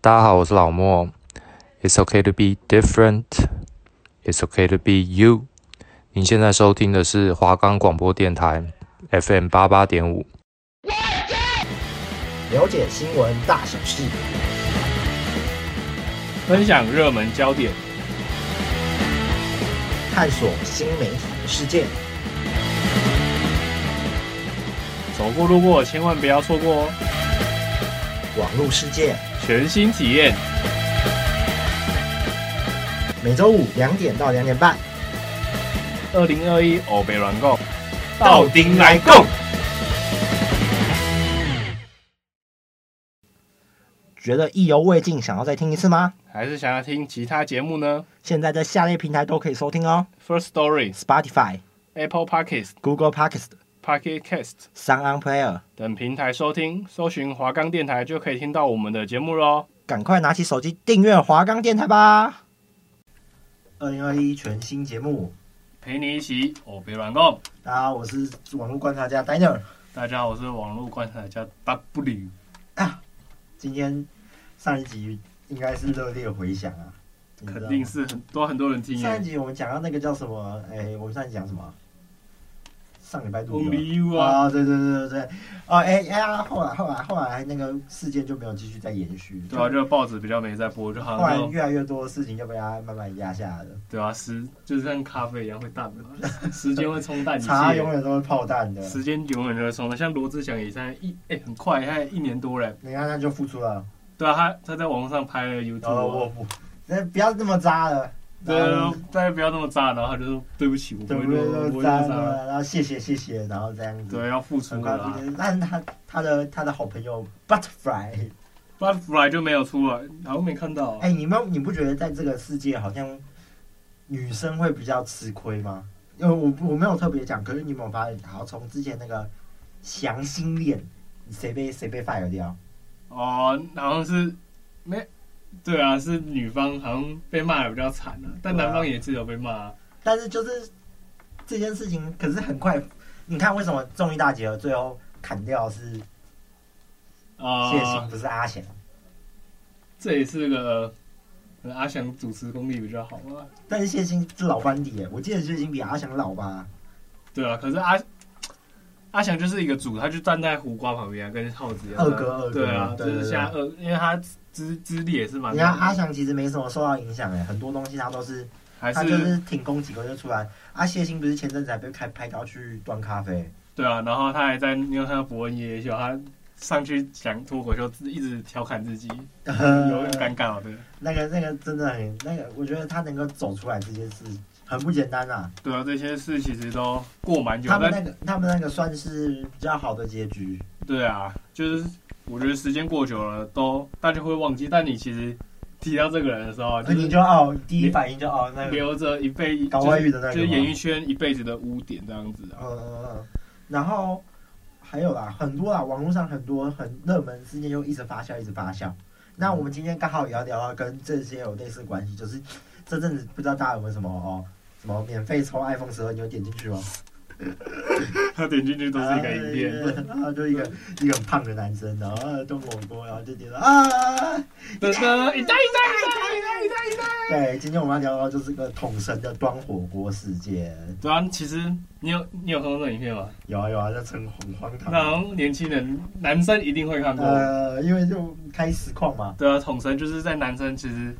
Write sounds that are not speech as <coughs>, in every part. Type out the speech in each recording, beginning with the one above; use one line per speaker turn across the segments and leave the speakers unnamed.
大家好，我是老莫。It's okay to be different. It's okay to be you. 您现在收听的是华冈广播电台 FM 八八点五。
了解新闻大小事，
分享热门焦点，
探索新媒体的世界。
走过路过千万不要错过哦！
网络世界，
全新体验，
每周五两点到两点半，
二零二一欧北软购，
到
顶来购。
觉得意犹未尽，想要再听一次吗？
还是想要听其他节目呢
现在在下列平台都可以收听哦
？First Story、
：Spotify、
Apple Podcast、
Google Podcast、
Pocket Cast
Sound On Player。
等平台收听，搜寻华冈电台就可以听到我们的节目喽。
赶快拿起手机订阅华冈电台吧！二零二一全新节目，
陪你一起欧北软购。
大家好，我是网络观察家 Diner。
大家好，我是网络观察家 W。
今天上一集应该是热烈回响啊，你知道
肯
吗
定是很多很多人听
上一
耶。
集我们讲到那个叫什么？哎、我们上一集讲什么啊？上礼拜录的
Only You 啊，
啊、对对对对对，哦，哎、哎呀、后来后来后来那个事件就没有继续再延续，
对啊，这个报纸比较没在播，就好
后来
像就
越来越多的事情就被他慢慢压下来了。
对啊，时就是像咖啡一样会淡
<laughs>
的，时间会冲淡一
茶
切
永。远都会泡淡的，
时间永远都会冲的，像罗志祥也才一哎、很快，他一年多嘞。
你看他就付出了。
对啊，他他在网上拍了
然后
YouTube，、
我不，那不要这么渣了。
对
然
啊
后，
大家不要那么渣，然后他就说对不起，我不
对
会
不
做，
对？
我不
都
会
渣
做渣。
了，然后谢谢谢谢，然后这样子。
对，啊要付出
很
的
快
啦。
不但是他他的他的好朋友 Butterfly，
Butterfly 就没有出来，好像没看到、
哎、你们你不觉得在这个世界好像女生会比较吃亏吗？因为我不我没有特别讲，可是你有没有发现，好从之前那个祥心恋，谁被谁被 fire 掉？
哦，好像是没，对啊，是女方好像被骂的比较惨啊，但男方也是有被骂、啊。
但是就是这件事情，可是很快，你看为什么综艺大结合最后砍掉的是
啊
谢欣，不是阿翔？
这也是个、呃阿翔主持功力比较好啊。
但是谢欣是老班底耶，我记得谢欣比阿翔老吧？
对啊，可是阿阿翔就是一个主，他就站在胡瓜旁边、啊，跟耗子一样。
二哥二哥
对啊，就
对对对
是现在二，因为他资资历也是蛮。
你看阿翔其实没什么受到影响哎，很多东西他都是
还
他
是
就是挺攻几个就出来。啊，谢欣不是前阵子还被开拍到去端咖啡，
对啊，然后他还在，你有看到伯恩夜夜秀，他上去讲脱口秀，一直调侃自己， <laughs>
呃
有点尴尬的。
那个那个真的很那个，我觉得他能够走出来这件事很不简单啊。
对啊，这些事其实都过蛮久，
他们
但
那个他们那个算是比较好的结局，
对啊，就是我觉得时间过久了，都大家会忘记。但你其实提到这个人的时候，
那你
啊就
就哦第一反应就哦那
是
个
留着一辈子
搞外遇的那个吗
就是演艺圈一辈子的污点这样子啊。
嗯嗯嗯，然后还有啦，很多啦，网络上很多很热门事件又一直发酵，一直发酵。那我们今天刚好也要聊到跟这些有类似关系，就是 <coughs> 这阵子不知道大家有没有什么哦，什么免费抽 iPhone 十二，你有点进去吗？
他点进去都是一个影 <laughs> 片，
然 <laughs> 后啊就一个一个很胖的男生，然后啊动火锅，然后就觉得啊，
噔噔，一代一代一代一代一代一代。
对，今天我们要聊到就是个统神的端火锅事件，
对啊，其实你有你有看过这影片吗？
有啊有啊，这很很荒
那好
唐。
像年轻人男生一定会看过。
呃，因为就开实况嘛，
对啊，统神就是在男生其实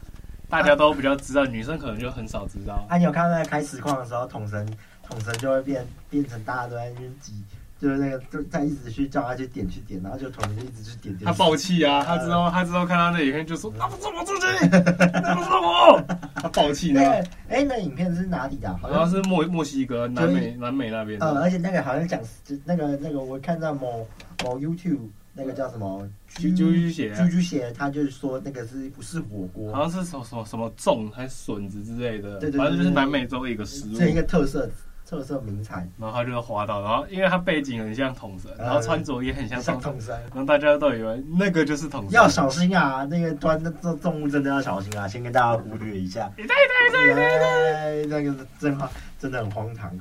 大家都比较知道，女生可能就很少知
<laughs>
道。
啊，你有看到在开实况的时候，统神统神就会变变成大家都在那边挤，就是那个就在一直去叫他去点去点，然后就统神就一直去点点。
他爆气啊！他之后他之后看到那影片就说：“
嗯
那不是我出去，那不是我。”他爆气
那 <laughs>
呢
个，哎、那影片是哪里的、啊？好
好像
像
是墨墨西哥南
就
美南美那边
呃，
的。
而且那个好像讲就那个那个，我看到某某 YouTube 那个叫什么
就就去写啊
啾啾鞋，他就是说那个是不是火
好
锅，
像是什么什么什么粽还是笋子之类的
对对，对
反正就是南美洲的一个食物。
这一个特色特色名产，
然后他就滑倒，然后因为他背景很像统神，
呃
然后穿着也很像
像
统
统
神，
神。
然后大家都以为那个就是统神。
要小心啊！那个端的这动物真的要小心啊！先跟大家忽略一下。
对对对对对。
哎，那个真好，真的很荒唐。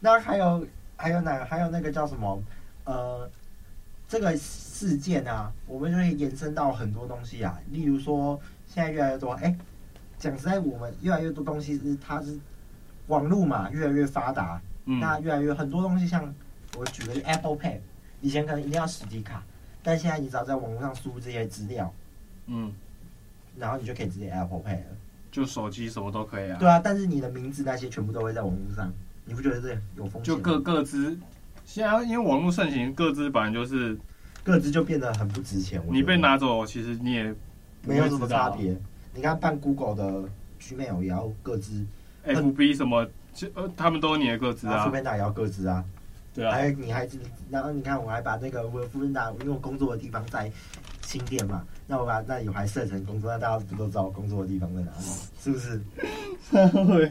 那还有还有哪还有那个叫什么？呃，这个事件啊，我们就会延伸到很多东西啊，例如说现在越来越多，哎、讲实在，我们越来越多东西是它是网络嘛，越来越发达，
嗯，
那越来越很多东西像我举个例 Apple Pay，以前可能一定要实体卡，但现在你只要在网络上输入这些资料，
嗯，
然后你就可以直接 Apple Pay 了。
就手机什么都可以啊，
对啊，但是你的名字那些全部都会在网络上，你不觉得这有风险吗？
就各各自。现在因为网络盛行，各自本来就是
各自就变得很不值钱。我觉得
你被拿走，其实你也
没有什么
不会知道
差
啊
别。你看办 Google 的 Gmail 也要各自，那
FB 什么，就呃他们都是你的个资
然后
啊
苏，菲娜也要各自啊。
对啊
还，有你还记，然后你看我还把那个我的苏菲娜，因为我工作的地方在新店嘛，那我把那里我还设成工作，那大家不都知道我工作的地方在哪里？是不是？
<laughs> 对，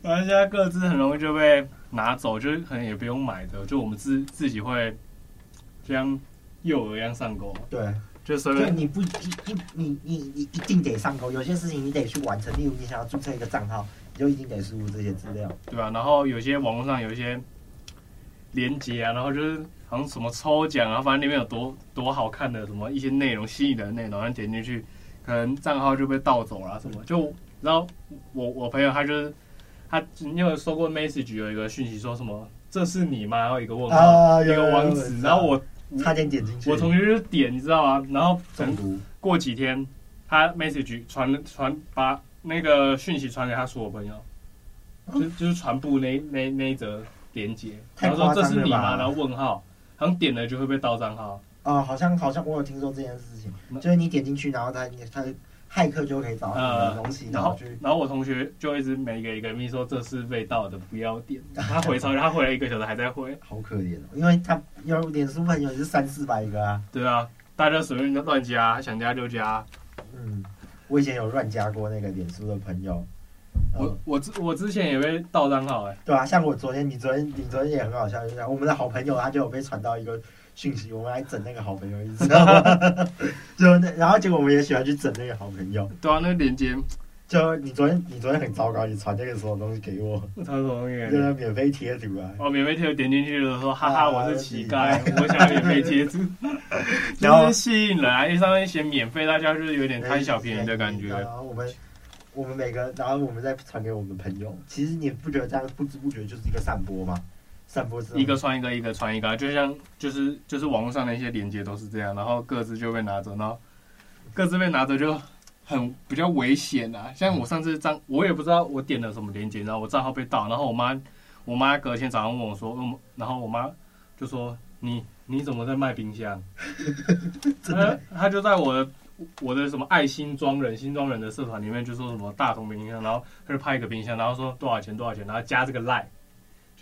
反正现在各自很容易就被拿走，就是可能也不用买的，就我们自自己会就像幼儿一样上钩，
对，
就随
所以
便
你不一一你你你一定得上钩，有些事情你得去完成。例如你想要注册一个账号，你就一定得输入这些资料。
对吧、然后有些网络上有一些连接啊，然后就是好像什么抽奖啊，反正里面有多多好看的什么一些内容吸引人的内容，然后点进去，可能账号就被盗走了、啊、什么。就然后我我朋友他就是他，你有收过 message 有一个讯息说什么这是你吗？然后一个问号，
啊
一
有有
个
有
网
有
址
知，道
然后我
差点点进去，
嗯我同学就点你知道吗？然后可
中
能
毒。
过几天他 message 传了传把那个讯息传给他所有朋友，就就是传播那那那一则连接，
哦太
然后说
夸张
这
了
是你吗？
吧
然后问号，好像点了就会被盗账号，
啊，好像好像我有听说这件事情，
嗯
就是你点进去，然后他他骇客就可以找到你的东西，
然
后
后
去
然后我同学就一直每个一个密说这是被盗的，不要点。他回超，他回了一个小时还在回，
好可怜哦，因为他有脸书朋友也是三四百个啊，
对啊，大家随便乱加，想加就加。
嗯，我以前有乱加过那个脸书的朋友，
我
嗯，
我之我之前也被盗账号哎、
对啊，像我昨天，你昨天你昨天也很好笑，就是我们的好朋友他就有被传到一个讯息，我们来整那个好朋友，你知道吗？就那然后结果我们也喜欢去整那个好朋友，
对啊，那个连接，
就你昨天你昨天很糟糕，你传那个什么东西给我，
他什么东
就是免费贴图啊，
哦，免费贴点进去的时候，哈哈，
啊
我是乞丐，我想要免费贴
<laughs>
纸，
然
就
后
是吸引人啊！因为上面写免费，大家就是有点贪小便宜的感觉。
然后我们我们每个，然后我们再传给我们的朋友。其实你不觉得这样不知不觉就是一个散播吗？散播这种
一个穿一个，一个穿一个啊，就像就是就是网络上的一些连接都是这样，然后各自就被拿走，然后各自被拿走就很比较危险啊。像我上次账，我也不知道我点了什么连接，然后我账号被盗，然后我妈我妈隔天早上问我说，嗯，然后我妈就说你你怎么在卖冰箱？
<laughs> 真
他
的
他就在我的我的什么爱心庄人、新庄人的社团里面就说什么大同冰箱，然后他就拍一个冰箱，然后说多少钱多少钱，然后加这个 line，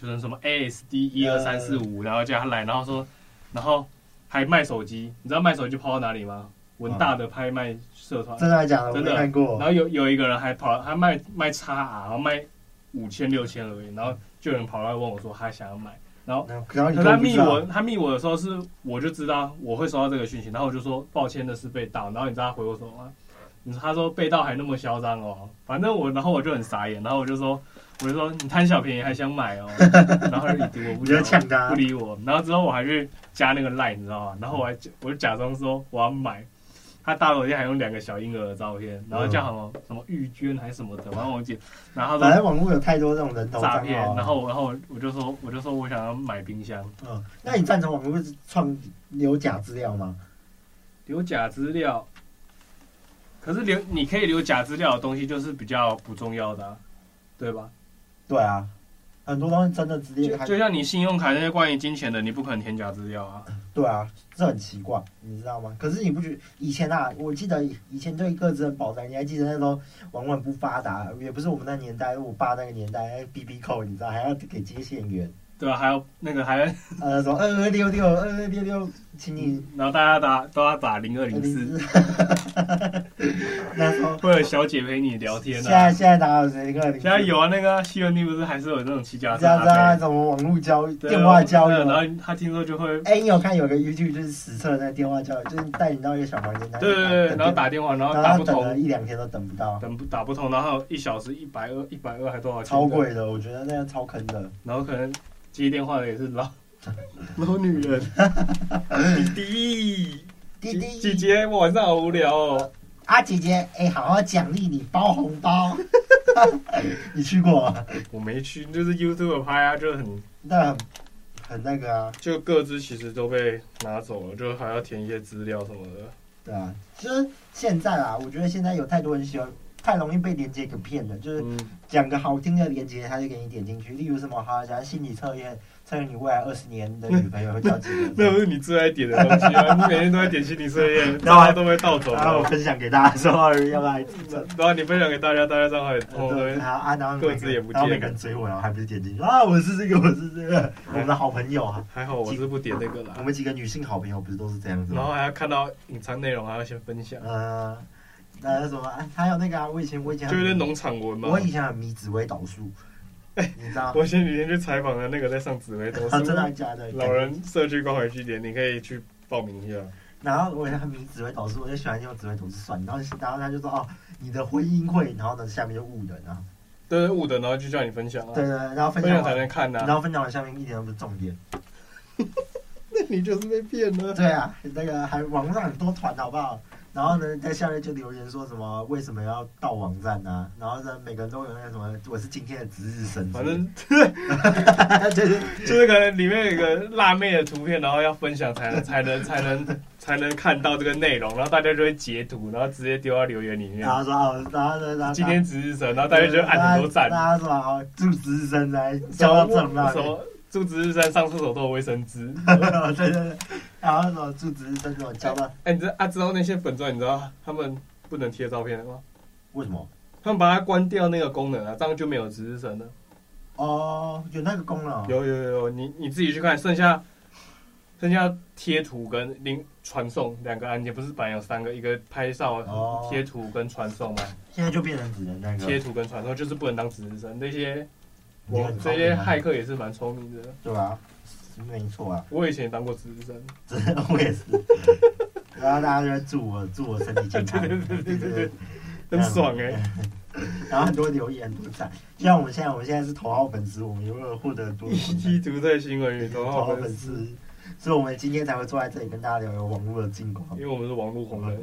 就是什么 ASD 一二三四五，然后加他 line，然后说，然后还卖手机，你知道卖手机跑到哪里吗？文大的拍卖社团，
嗯真的假的？我哦
真
没
的
看
然
过。
后有有一个人还跑，他卖卖叉 R，然后卖五千六千而已，然后就有人跑来问我说他想要买。
然后然后你
可
根
他
本不
密
知道
我，他密我的时候是，我就知道我会收到这个讯息，然后我就说抱歉的是被盗，然后你知道他回我什么吗？你他说被盗还那么嚣张哦，反正我，然后我就很傻眼，然后我就说，我就说你贪小便宜还想买哦，
<laughs>
然后他就理我不
你要
讲
呛他
不理我，然后之后我还去加那个 line 你知道吗？然后我还我就假装说我要买，他大头贴还用两个小婴儿的照片，然后叫什么什么玉娟还是什么的，然后我记，然后他说
嗯反正网络有太多这种人头账
诈
号
骗，
啊
然后我然后我我就说我就说我想要买冰箱，
嗯，那你赞成网络创有假资料吗？
留假资料，可是留你可以留假资料的东西就是比较不重要的啊、对吧？
对啊，很多东西真的资
就
料还
就像你信用卡那些关于金钱的，你不可能填假资料啊。
对啊，这很奇怪，你知道吗？可是你不觉以前啊，我记得以前对各自的保障，你还记得那时候网络很不发达，也不是我们那年代，是我爸那个年代，B B 扣，你知道还要给接线员，
对啊，还有那个还，
呃，什么二二六六二二六六，请你
然后大家打都要打零二零四，
<laughs> 那时候
会有小姐陪你聊天
现
啊
在。现在哪有谁个？
现在有啊，那个啊西门町不是还是有那种骑脚
你
踏
知道
车
知道
的
什么网络交易、
对啊
电话交
对
易
啊
吗？
然后他听说就会，
哎，你有看有个 YouTube 就是实测那电话交易，就是带你到一个小房间，
对对对，然后打，电话，然后
然
打
后
不
他等了
通，
一两天都等不到，
等不打不通，然后一小时一百二，一百二还多少钱？
超贵的，我觉得那个超坑的。
<laughs> 然后可能接电话的也是老老女人，弟
滴
弟，
滴
姐姐，我晚上好无聊哦。
啊，姐姐，哎、好好奖励你，包红包。 <laughs> 你去过吗？
我没去，就是 YouTube 拍啊，就很
那很很那个啊，
就各自其实都被拿走了，就还要填一些资料什么的。
对啊，就是现在啊，我觉得现在有太多人喜欢，太容易被连接给骗了。就是
嗯，。
讲个好听的连接，他就给你点进去，例如什么好讲心理测验，测验你未来二十年的女朋友会交几个
<laughs> 那不是你最爱点的东西 <laughs> 吗？你每天都在点心理测验，大家都会盗走
然后我
的。
分享给大家说，要不然
然后你分享给大家，大家账号也偷的。
然后啊，然后每个
各自也不见
然后每个人追我，然后还不是点进去啊，我是这个，我是这个，我们的好朋友
<laughs>
啊，
还好我是不点那嗯个
我
啦。
们几个女性好朋友不是都是这样子
然
吗？
后还要看到隐藏内容，还要先分享，
呃，那是什么？啊还有那个啊，我以前我以前
就
很
是哎农场文嘛。
我以前很迷紫薇斗数，你知道吗？
我前几天去采访的那个在上紫薇斗
啊，真的
数
假的？
老人社区关怀据点，你可以去报名一下。
然后我也很迷紫薇斗数，我就喜欢用紫薇斗数算。然后然后他就说哦，你的婚姻会，然后呢下面就误人啊，
对对，误的，然后就叫你分享啊
对，对，对然后分
分
享
享才
完，
能看啊呐、
然后分享完下面一点都不是重点。
那 <laughs> 你就是被骗了。
对啊，那个还网上很多团，好不好？然后呢，在下面就留言说什么为什么要到网站呢、然后呢，每个人都有那个什么，我是今天的值日生，
反正
<laughs> 就是
就是可能里面有一个辣妹的图片，然后要分享才能才能才能才能看到这个内容，然后大家就会截图，然后直接丢到留言里面
然。后说哦，然后呢，然后
今天值日生，然后大家就按很多赞。
大家说哦，祝值日生来交到正浪，
<laughs> 什么祝值日生上厕所都有卫生纸。
<laughs>
<laughs>
对对对，然后什么祝值日生怎么交到？
哎、你知啊知道那些粉钻，你知道他们不能贴照片的吗？
为什么？
他们把它关掉那个功能啊，这样就没有值日生了。
哦，有那个功能哦，
有有有有，你你自己去看，剩下剩下贴图跟零传送两个按键，不是本来有三个，一个拍照
哦、
贴图跟传送吗？
现在就变成只能那
贴
个，
图跟传送就是不能当值日生。那些
你这个
我
很聪
这
明
些
啊
骇客也是蛮聪明的，
对吧？没错啊，
我以前也当过值日生。
真的，我也是。然后大家就会祝我祝我身体健康，
<laughs> 对对对对对很爽哎、
<laughs> 然后很多留言都在，就像我们现在，我们现在是头号粉丝，我们有没有获得多
一一图在新闻 <laughs> 里头
头
好
号
粉
粉
丝，
丝？所以我们今天才会坐在这里跟大家聊聊网络的近况
因。为我们是网络红人，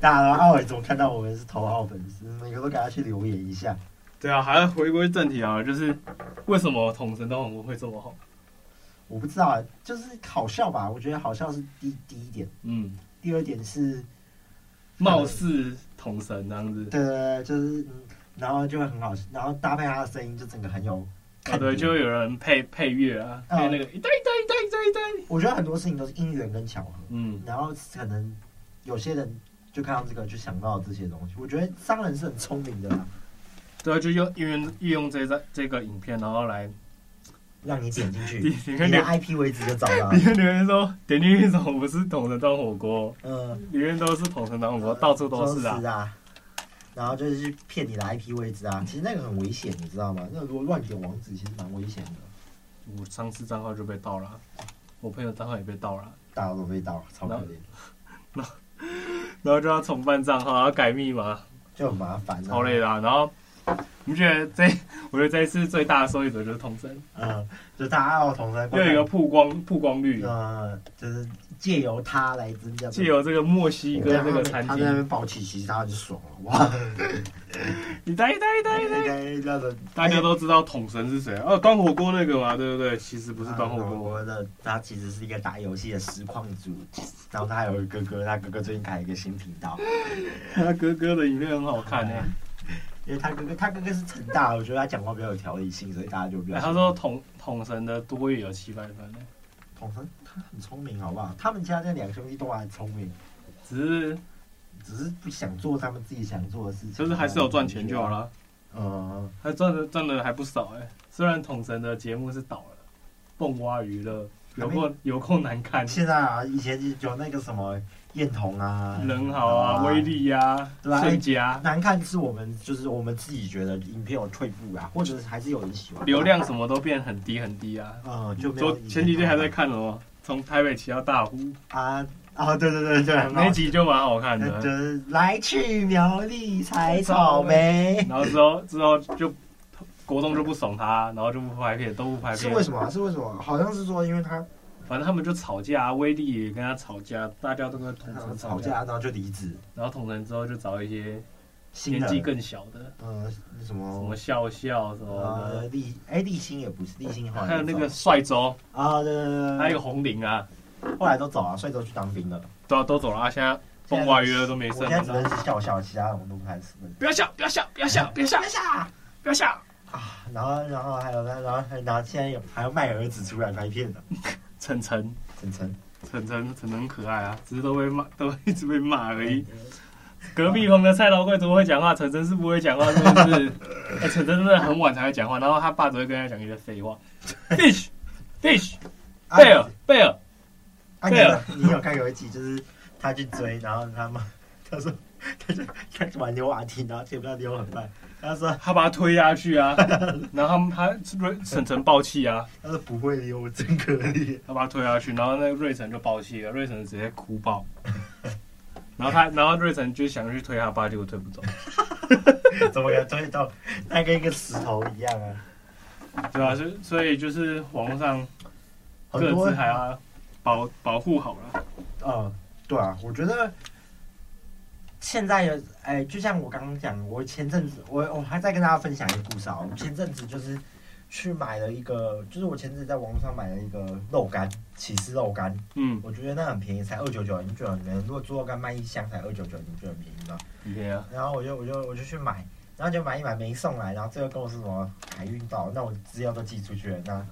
大家啊阿伟怎么看到我们是头号粉丝？每个都给他去留言一下。
对啊，还要回归正题啊，就是为什么统神当网红会这么好？
我不知道，啊就是好笑吧？我觉得好笑是第第一点，
嗯，
第二点是
貌似统神这样子，
对，就是嗯，然后就会很好，然后搭配他的声音，就整个很有
啊
看点。
对，就有人配配乐啊，
嗯
配那个一代一代一代一代一代，
我觉得很多事情都是因缘跟巧合，
嗯，
然后可能有些人就看到这个就想到这些东西。我觉得商人是很聪明的啦，
对啊，就用运用运用这张这个影片，然后来 <laughs>
让你点进去，
你
你
你
的
看留
IP 位置就找到
你。看留言说点进去怎么不是统神当火锅，
嗯，
里面都是统神当火锅，到处都是啊
都，然后就是去骗你的 IP 位置啊，其实那个很危险，你知道吗？那个如果乱点网址，其实蛮危险的，
我上次账号就被盗了啊，我朋友账号也被盗了啊。
大家都被盗，超可
那
怜，
然后就要重办账号，然后改密码，
就很麻烦、啊。
超累的啊、然后你们觉得这，我觉得这一次最大的受益者就是童声，
嗯，就大家要同声
又有一个曝光曝光率，
呃，就是借由他来增加
借由这个墨西哥这个餐
他在那
厅，
边抱起其他就爽了哇！
你呆一呆一呆一呆，
那个
大家都知道统神是谁哦，端火锅那个嘛，对不对？其实不是端火锅，
我的他其实是一个打游戏的实况主，然后他有一个哥哥，他哥哥最近开了一个新频道，
啊他哥哥的影片很好看呢、欸
因为他哥哥他哥哥是成大，我觉得他讲话比较有条理性，所以大家就比较
哎
喜
他
欢。
说统统神的多语有七百分欸呢、
统神他很聪明，好不好？他们家那两兄弟都还聪明，
只是
只是不想做他们自己想做的事情，
就是还是有赚钱就好。了，
嗯，
还赚的赚的还不少哎、虽然统神的节目是倒了，蹦蛙娱乐有够有够难看，
现在啊，以前有那个什么艳童啊，
人好啊，威力呀、
对啊
瞬佳，
难看是我们就是我们自己觉得影片有退步啊，或者是还是有人喜欢
流，量什么都变很低很低啊。
呃，就没有
昨
以
前
那
几天
么
还在看什么，从台北骑到大湖，
啊啊，对对对对，很好
那集就蛮好看
那
的
就。是来去苗栗采草莓，
然后之后之后就国中就不怂他，然后就不拍片，都不拍
是
片。
为什么啊？是为什么啊？好像是说，因为他
反正他们就吵架啊，威力也跟他吵架，大家都跟统神
呃吵架，，然后就离职，
然后统神之后就找一些
新
年
的
纪更小的，
呃什
什么
么
笑笑什么
呃
的，
立哎立新也不是立新，后来
还有
都
那
走
个帅周，
啊对对对对，
还有一个红绫啊，
后来都走了，所以都去当兵了。
都都走了啊，现在风花月月都没
我
剩
现。在只认识笑笑，其他我都不太识。
不要笑，不要笑，不要笑，不要笑，
笑啊！
不要笑，
然后然后还有那然后还然后现在有还有卖儿子出来拍片的，
晨晨。
晨晨。
晨晨晨晨可爱啊，只是都被骂，都一直被骂而已。隔壁棚的蔡老贵多会讲话，晨晨是不会讲话，真的是。 <laughs> 哎、晨晨真的很晚才会讲话，然后他爸只会跟他讲一些废话。Fish, fish，贝
哎
尔，贝尔，
啊，你有你有看有一集就是他去追，然后他妈他说他就开始玩溜滑梯，然后前面那溜很慢，他说
他把他推下去啊，然后他他晨晨爆气啊，
他说不会溜，真可怜。
他把他推下去，然后那个瑞晨就爆气了，瑞晨直接哭爆。然后他，然后瑞晨就想去推他爸，结果推不走，
怎么给推到？那跟一个石头一样啊！
对吧、啊？所以所以就是网络上
很
各
多
自还要保保护好了。
嗯，对啊，我觉得现在有，哎，就像我刚刚讲，我前阵子我我还在跟大家分享一个故事啊，我前阵子就是去买了一个，就是我前阵子在网络上买了一个肉干，起司肉干，
嗯，
我觉得那很便宜，才二九九，你觉得很便宜？如果猪肉干卖一箱才二九九，你觉得很便宜吗？
很便宜啊。
然后我就我就我就去买，然后就买一买没送来，然后最后跟我说什么海运到，那我资料都寄出去了，那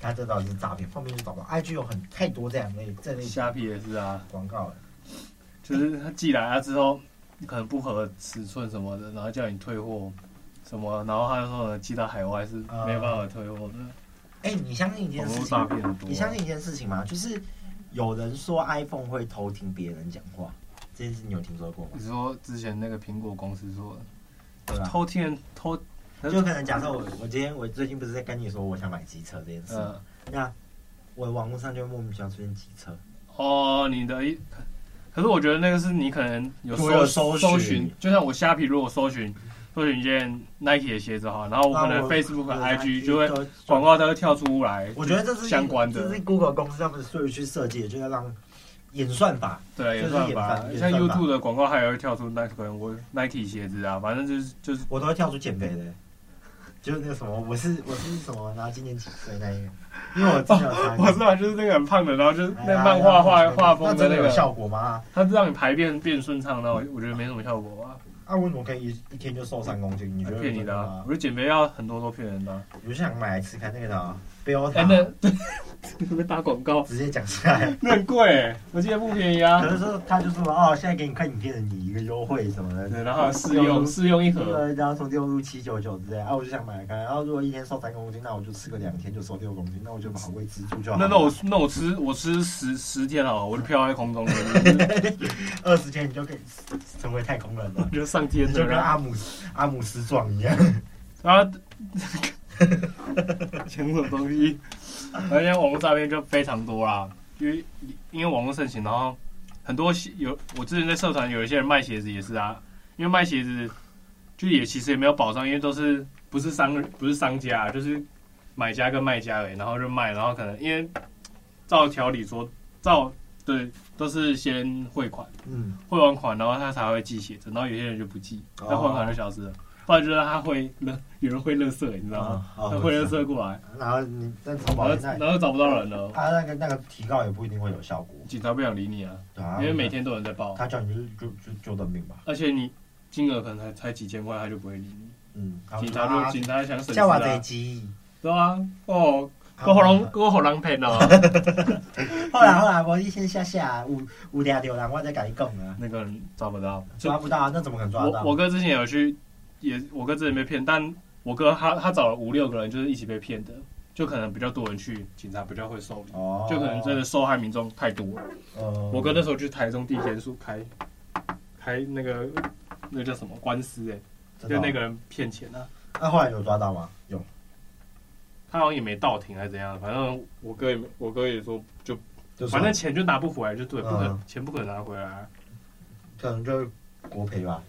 他这到底是诈骗？后面就找不到，IG 有很太多这样类这类
嗯虾皮也是啊，
广告了。
就是他寄来啊之后，可能不合尺寸什么的，然后叫你退货什么，然后他就说寄到海外是没办法退货的，
哎、你相信一件
网
事
络
情
诈
吗？
骗很多。
你相信一件事情吗？就是有人说 iPhone 会偷听别人讲话，这件事你有听说过吗
你？说之前那个苹果公司说啊
对吧？
偷听人偷，
就可能假设我我今天我最近不是在跟你说我想买机车这件事，
呃，
那我的网络上就会莫名其妙出现机车，
哦，你的一，可是我觉得那个是你可能有
我有
搜
搜
搜
寻
寻，就像我虾皮如果搜寻搜寻一件 Nike 的鞋子哈，然后我可能
那我
Facebook 和
我的
IG 就会
都
广。告它会跳出来，
我觉得这是
相关的，
这是 Google 公司他们所以去设计的，就是要让演算法
对，也
就是
算
演
吧
算。演
像
算法
YouTube 的广告，还有会跳出 Nike 可能我 Nike 鞋子啊，反正就是就是
我都会跳出减肥的，就是那个什么，我是我是什么，然后今年几岁那一个，因为我之前有参
哦我知道，就是那个很胖的，然后就是
哎
那
呀
漫画画
那真的
画风
那真的
那
有
个，
效果吗？
它让你排便变顺畅，那我我觉得没什么效果吧，
啊，为什么可以一一天就瘦三公斤？你觉得
骗你的
有
啊。
吗
我？觉得减肥药很多都骗人的啊。
我就想买来吃看那个的啊标塔，，
哎那 <laughs> 会不会打广告？
直接讲出来。 <laughs>
那很贵欸，我记得不便宜啊
可。是说他就说哦，现在给你看影片的你一个优惠什么的，
对，然后试用试用一盒，
对，然后从六入七九九之类，啊，我就想买来看。然后如果一天瘦三公斤，那我就吃个两天就瘦六公斤，那我就把胃吃住就好了。
那那我那我吃我吃十十天好了，我就飘在空中 <laughs> 了，就是，
二十天你就可以成为太空人了
<laughs> 就上天
你就
了
跟
啦。
阿姆斯阿姆斯壮一样。
然 <laughs> 后讲什么东西？而且网络诈骗就非常多啦，因为因为网络盛行，然后很多鞋有我之前在社团有一些人卖鞋子也是啊，因为卖鞋子就也其实也没有保障，因为都是不是商不是商家，啊就是买家跟卖家而已，然后就卖，然后可能因为照条理说照对都是先汇款。
嗯，
汇完款，然后他才会寄写真，然后有些人就不寄，
哦
那汇款就消失了。不然就是他会勒，有人会勒色，你知道吗？
哦
他啊会勒色过来，
然后你在淘
然
宝
后
现在
然后找不到人了，
他那个那个提告也不一定会有效果，
警察不想理你啊，
对啊，
因为每天都有人在报，
他叫你就就就就等命吧，
而且你金额可能才才几千块，他就不会理你。
嗯，
警察就警察想省事
叫我这啊
啊， <laughs>
机，
对啊，哦，我好狼，我好狼骗哦。
后来后来我一先下下五五条流浪，我再改一讲啊，
那个人抓不到，就
抓不到，啊那怎么可能抓
我
到？
我哥之前有去，也我哥之前被骗，但我哥他他找了五六个人，就是一起被骗的，就可能比较多人去，警察比较会受理。
哦，
就可能真的受害民众太多了。
呃，
我哥那时候去台中地检署开开那个那叫什么官司哎、
真的
就
哦
那个人骗钱啊，
那后来有抓到吗？有，
他好像也没到庭还是怎样，反正我哥也没我哥也说就
就
反正钱就拿不回来，就对，不可
嗯
钱不可能拿回来啊，
<laughs> 可能就是国赔吧，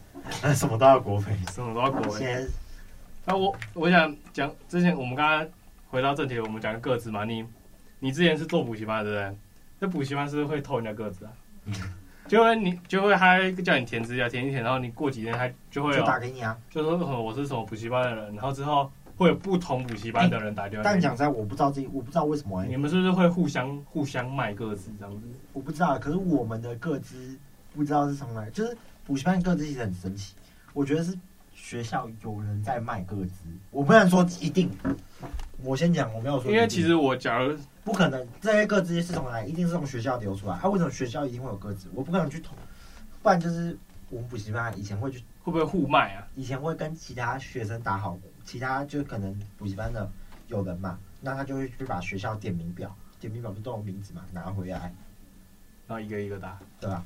什么都要国赔。
什么都要国
现在
那我我想讲，之前我们刚刚回到正题，我们讲个子嘛，你你之前是做补习班的对不对？那补习班是不是会偷人家个子啊？
嗯
就会你就会他叫你填资料，填一填，然后你过几天他就会
就
有
打给你啊。
就说哦我是什么补习班的人，然后之后会有不同补习班的人打电话
哎但
给你。
讲实在，我不知道这，我不知道为什么、欸，
你们是不是会互相互相卖个子这样子？
我不知道。可是我们的各资不知道是从哪，就是补习班各资其实很神奇。我觉得是学校有人在卖各资，我不能说一定。我先讲，我没有说一
因
定，
为其实我假如
不可能，这些各资是从哪？一定是从学校流出来。啊，为什么学校一定会有各资？我不可能去投，不然就是我们补习班以前会去
会不会互卖啊？
以前会跟其他学生打好，其他就可能补习班的有人嘛，那他就会去把学校点名表，点名表不是都有名字嘛，拿回来，
然后一个一个打，
对吧？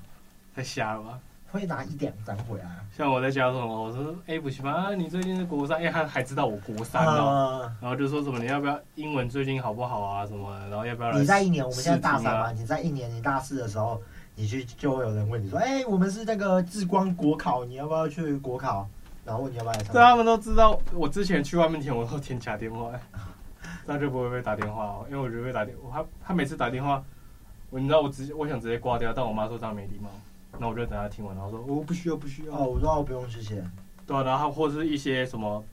太瞎了吧？
会拿一两张回来啊。
像我在家说什么，我说哎补习班啊，你最近是国三，哎、他还知道我国三哦，
呃，
然后就说什么你要不要英文最近好不好啊什么的，然后要不要来？
你在一年，我们现在大三嘛，
试啊
你在一年，你大四的时候，你去就会有人问你说，哎、我们是那个志光国考，你要不要去国考？然后问你要不要来上
这他们都知道，我之前去外面填，我都填假电话， <laughs> 那就不会被打电话哦，因为我觉得被打电，我他他每次打电话，我你知道我直接我想直接挂掉，但我妈说这样没礼貌，那我就等她听完，然后说我、哦、不需要不需要，
哦，我说哦不用谢谢。
对啊，然后或是一些什么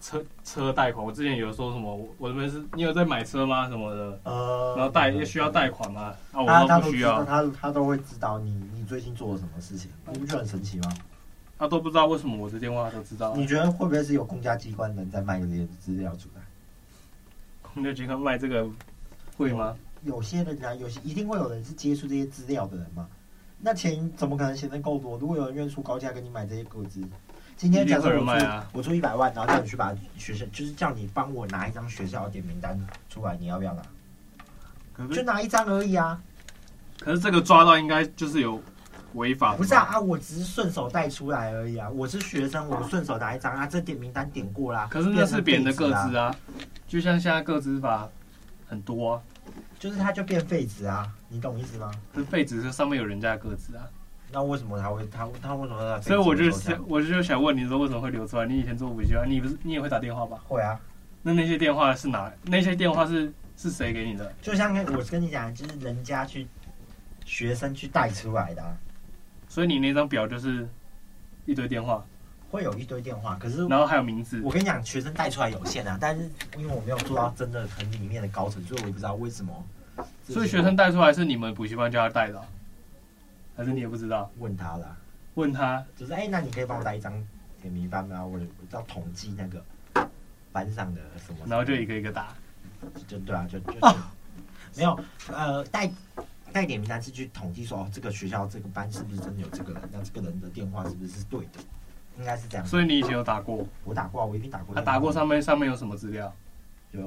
车车贷款，我之前有说什么，我我这边是你有在买车吗什么的，
呃，
然后贷也需要贷款吗？啊，
他
我
他
都
都
不需
知道，，
要
他他都会知道你你最近做了什么事情，
嗯
你不觉得很神奇吗？
他啊都不知道为什么我这电话都知道，
你觉得会不会是有公家机关的人在卖这些资料出来？
空调机关卖这个会吗？
有些人啊，有些一定会有人是接触这些资料的人嘛。那钱怎么可能闲得够多？如果有人愿意出高价跟你买这些个资，今天假设
一定
我
会有人
出、
卖啊
我出一百万，然后叫你去把学校，就是叫你帮我拿一张学校的点名单出来，你要不要拿？
可
就是拿一张而已啊，
可是这个抓到应该就是有违法的吧，
不是啊啊，我只是顺手带出来而已啊。我是学生，我顺手拿一张啊，这点名单点过啦。
可是那是别人的个
变成废
资
纸啊，
啊，就像现在个资法很多、啊，
就是它就变废纸啊，你懂意思吗？
这废纸是上面有人家的个资啊，
那为什么他会他他为什么他
所以我就
想
想，我就想问你说为什么会流出来？你以前做补习班，你不是你也会打电话吧？
会啊，
那那些电话是哪？那些电话是是谁给你的？
就像我跟你讲，就是人家去学生去带出来的啊、
所以你那张表就是一堆电话，
会有一堆电话。可是
然后还有名字
我。跟你讲，学生带出来有限啊，但是因为我没有做到真的很里面的高层，所以我也不知道为什么。
所以学生带出来是你们补习班叫他带的啊、还是你也不知道？
问他啦，
问他，
就是哎、那你可以帮我带一张点名单吗？我我要统计那个班上的什么
然后就哦一个一个打。
就对啊，就就、没有呃带带点名单是去统计说哦，这个学校这个班是不是真的有这个人？那这个人的电话是不是是对的？应该是这样。
所以你以前有打过？
我打过啊，我一定打过。
他、打过上面上面有什么资料？
有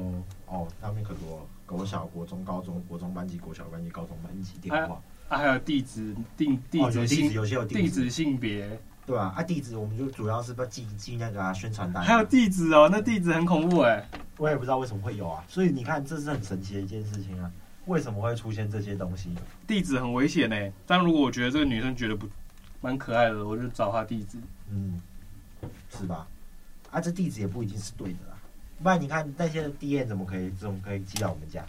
哦，上面可多了国小、国中、高中、国中班级、国小班级、高中班级电话，
啊，还有地址、定地
哦有
址、
地址，
性、
有些有
地
地址，
址、性别，
对啊，啊地址我们就主要是要记记那个啊宣传单，
还有地址哦，那地址很恐怖哎。
我也不知道为什么会有啊，所以你看这是很神奇的一件事情啊，为什么会出现这些东西？
地址很危险呢。但如果我觉得这个女生觉得不蛮可爱的，我就找她地址。
嗯，是吧？啊，这地址也不一定是对的啦，不然你看那些 D N 怎么可以这种可以寄到我们家？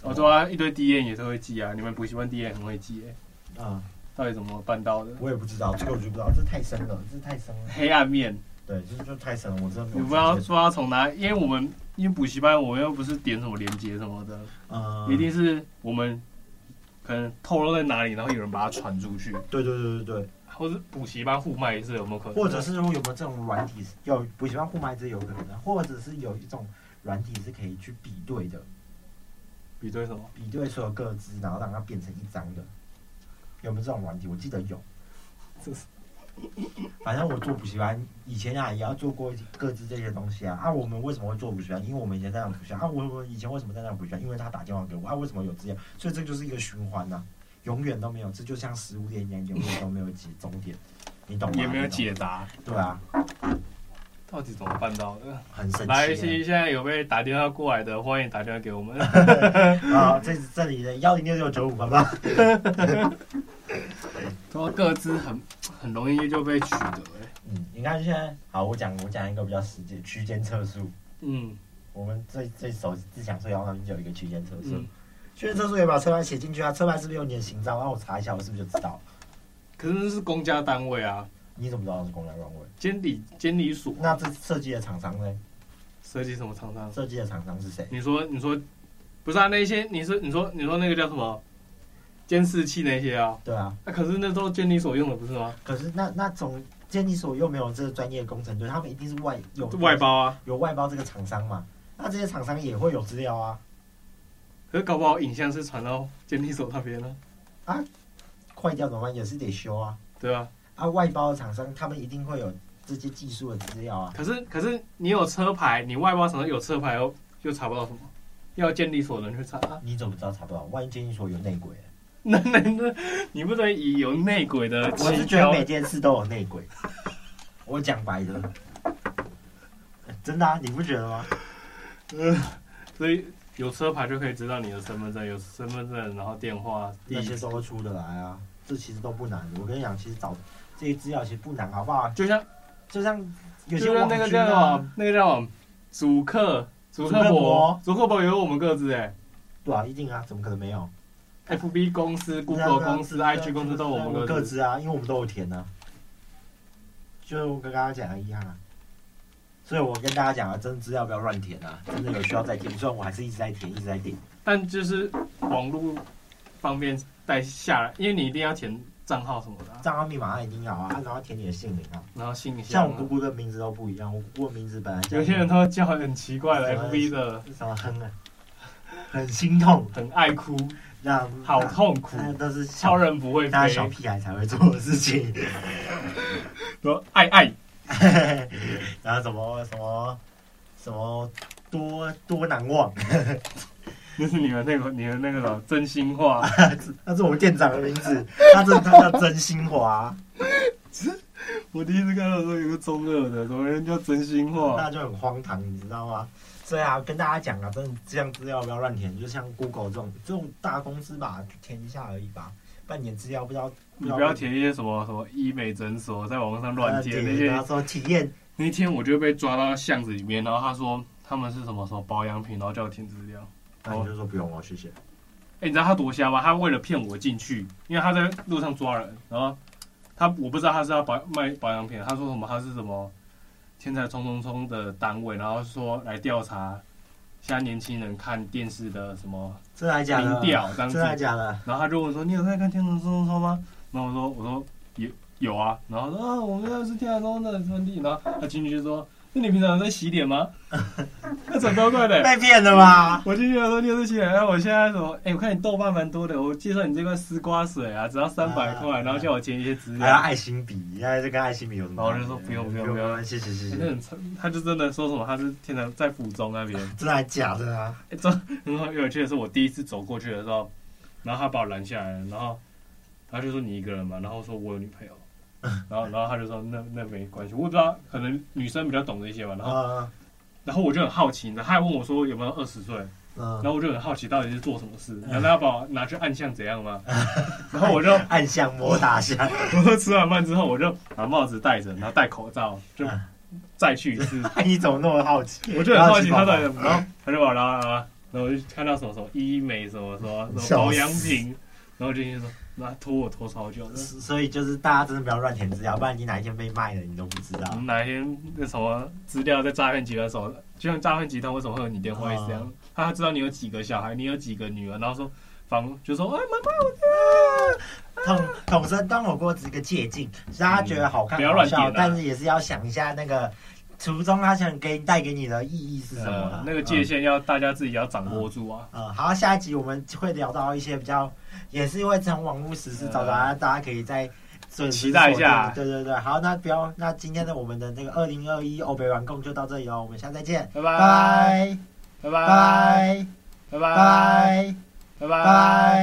我说啊，一堆 D N 也是会记啊，你们补习班 D N 很会记哎，
嗯，
到底怎么办到的？
我也不知道，这个我就不知道，这太深了，这太深了。
黑暗面，
对，这就太深了，我真的没有。
你不知道不知道从哪，因为我们因为补习班我们又不是点什么连接什么的，
嗯，
一定是我们可能透露在哪里，然后有人把它传出去，
对对对对对，
或是补习班互卖是有没有可能？
或者是如果有没有这种软体是有补习班互卖这有可能啊，或者是有一种软体是可以去比对的，
比对什么？
比对所有各自，然后让它变成一张的，有没有这种软体？我记得有，
这是
<laughs> 反正我做补习班以前啊也要做过各自这些东西啊。啊，我们为什么会做补习班？因为我们以前在那补习班啊，我我以前为什么在那补习班？因为他打电话给我啊，为什么有这样？所以这就是一个循环呐、永远都没有，这就像食物链一样，永远都没有解终点，你懂吗？
也没有
你懂
解答，
对啊，
到底怎么办到的？
很神奇啊。
来，现现在有被打电话过来的，欢迎打电话给我 <laughs> 们。
啊，这这里的幺零六六九五八八，
说各自很很容易就被取得、欸，
嗯，因看现在，好，我讲我讲一个比较实际的区间测速。
嗯
我们最最熟最想最遥远就有一个区间测速，
嗯，
区间测速也把车牌写进去啊，车牌是不是有你的行照？然后我查一下，我是不是就知道？
可是那是公家单位啊，
你怎么知道是公然软位？
监理监理署
那这设计的厂商呢？
设计什么厂商？
设计的厂商是谁？
你说你说，不是啊？那些你说你说你说那个叫什么监视器那些啊？
对啊，
那、可是那都监理所用的不是吗？
可是那那总监理所又没有这个专业工程队，他们一定是外有
外包啊，
有外包这个厂商嘛？那这些厂商也会有资料啊，
可是搞不好影像是传到监理所那边啊了、
坏掉怎么办？也是得修啊。
对吧、
啊，外包的厂商他们一定会有这些技术的资料啊。
可是可是你有车牌，你外包厂商有车牌又又查不到什么，要监理所的人去查啊。
你怎么知道查不到？万一监理所有内鬼、
<laughs> 那那那，你不能以有内鬼的
我
奇
是觉得
标
每件事都有内鬼。 <laughs> 我讲白的，真的啊，你不觉得吗？
所以有车牌就可以知道你的身份证，有身份证，然后电话、地
那些
址，
都会出得来啊，这其实都不难的。我跟你讲，其实找这些资料其实不难，好不好？
就像
就像有
就
些
像
网
那个
军
叫什
啊，
么，那个叫什么，主客主
祖
客
克
伯
伯，
主客伯也有我们各自哎
对啊，一定啊，怎么可能没有
，FB 公司、Google 公司、IG 公司都有
我
我们
各
各自，
自啊，因为我们都有填啊。就是我跟刚刚讲的一样啊，所以我跟大家讲啊，真的资料不要乱填啊，真的有需要再填。虽然我还是一直在填，一直在填。
但就是网络方便带下来，因为你一定要填账号什么的啊，
账号密码啊一定要啊，啊然后填你的姓名啊。
然后信
像
箱
我姑
啊。
姑的名字都不一样，我姑姑的名字本来叫
有些人都叫很奇怪的
什么
FB 的，
什么哼啊，很心痛，
很爱哭，
让
好痛苦，
那都是
超
小
人不会
大家
飞，
小屁孩才会做的事情。 <laughs>
说哎爱爱
然后什么什么什么多多难忘，
那是你们那个、你们那个什么真心话，
那是我们店长的名字，他这他叫真心
<laughs>
华，
<laughs> 我第一次看到说有个中二的，怎么人叫真心话？ <laughs>
那就很荒唐，你知道吗？所以啊，跟大家讲啊，真的这样资料不要乱填，就像 Google 这种这种大公司吧，就填一下而已吧。半年资料不知道，
你不要填一些什么什么医美诊所，在网上乱填那
然
些
后。说体验
那天我就被抓到巷子里面，然后他说他们是什么什么保养品，然后叫我填资料。
那你就说不用哦，谢谢。
哎、你知道他多瞎吗？他为了骗我进去，因为他在路上抓人，然后他我不知道他是要保卖保养品，他说什么他是什么天才冲冲冲的单位，然后说来调查现在年轻人看电视的什么
真的还假
民
的？
调这样
真的还
子。
假的？
然后他就问我说：“你有在看《天龙冲冲冲》吗？”然后我说：“我说有有啊。”然后他说：“啊，我们要是《天龙冲冲》的兄弟。”然后他进去就说：“那你平常有在洗脸吗？” <laughs> 那整超怪的、
被骗的吧？
我进去的时候你有在洗脸，然后我现在什么？哎、我看你豆瓣蛮多的，我介绍你这罐丝瓜水啊，只要三百块，
啊哎
然后叫我填一些资
还要
料。
爱心笔，现在这跟爱心笔有什么关系？
然嗯后我就说不用不用
不
不用
用，谢谢谢
欸
谢
那。很惨，他就真的说什么他是天才在府中那边，
真的还假的啊？
欸、真的很好有趣的是，我第一次走过去的时候，然后他把我拦下来了，然后他就说你一个人嘛，然后说我有女朋友，然后然后他就说那那没关系，我也不知道，可能女生比较懂这些吧。然后
啊
然后我就很好奇，然后他还问我说有没有二十岁，然
嗯，
后我就很好奇到底是做什么事，难道要把我拿去暗巷怎样吗？然后我就
暗巷摸大巷，
我就吃完饭之后，我就把帽子戴着，然后戴口罩，就再去一次。
<laughs> 你怎么那么好奇？
我就很好奇他到底怎么，然后他就把我拉拉拉，然后我就看到什么什么医美什么什么什么保养品，然后就进去说，那拖我拖超久的，
所以就是大家真的不要乱填资料，不然你哪一天被卖了你都不知
我
道。
们哪一天那什么资料在诈骗集团手，就像诈骗集团为什么会有你电话一直这
啊
样，他知道你有几个小孩，你有几个女儿，然后说房就说哎妈妈
统统神端火锅只是个借镜，大家觉得好看
不要乱
好笑
点啊，
但是也是要想一下那个途中他想给带给你的意义是什么
呃
啊。
那个界限要大家自己要掌握住啊，
呃，好，下一集我们会聊到一些比较，也是会从网络时事找大家，大家可以再准时
嗯期待一下
锁定对对对，好，那不要，那今天的我们的那个二零二一欧北玩共就到这里哦，我们下次再见，
拜
拜拜
拜拜
拜
拜拜
拜
拜
拜。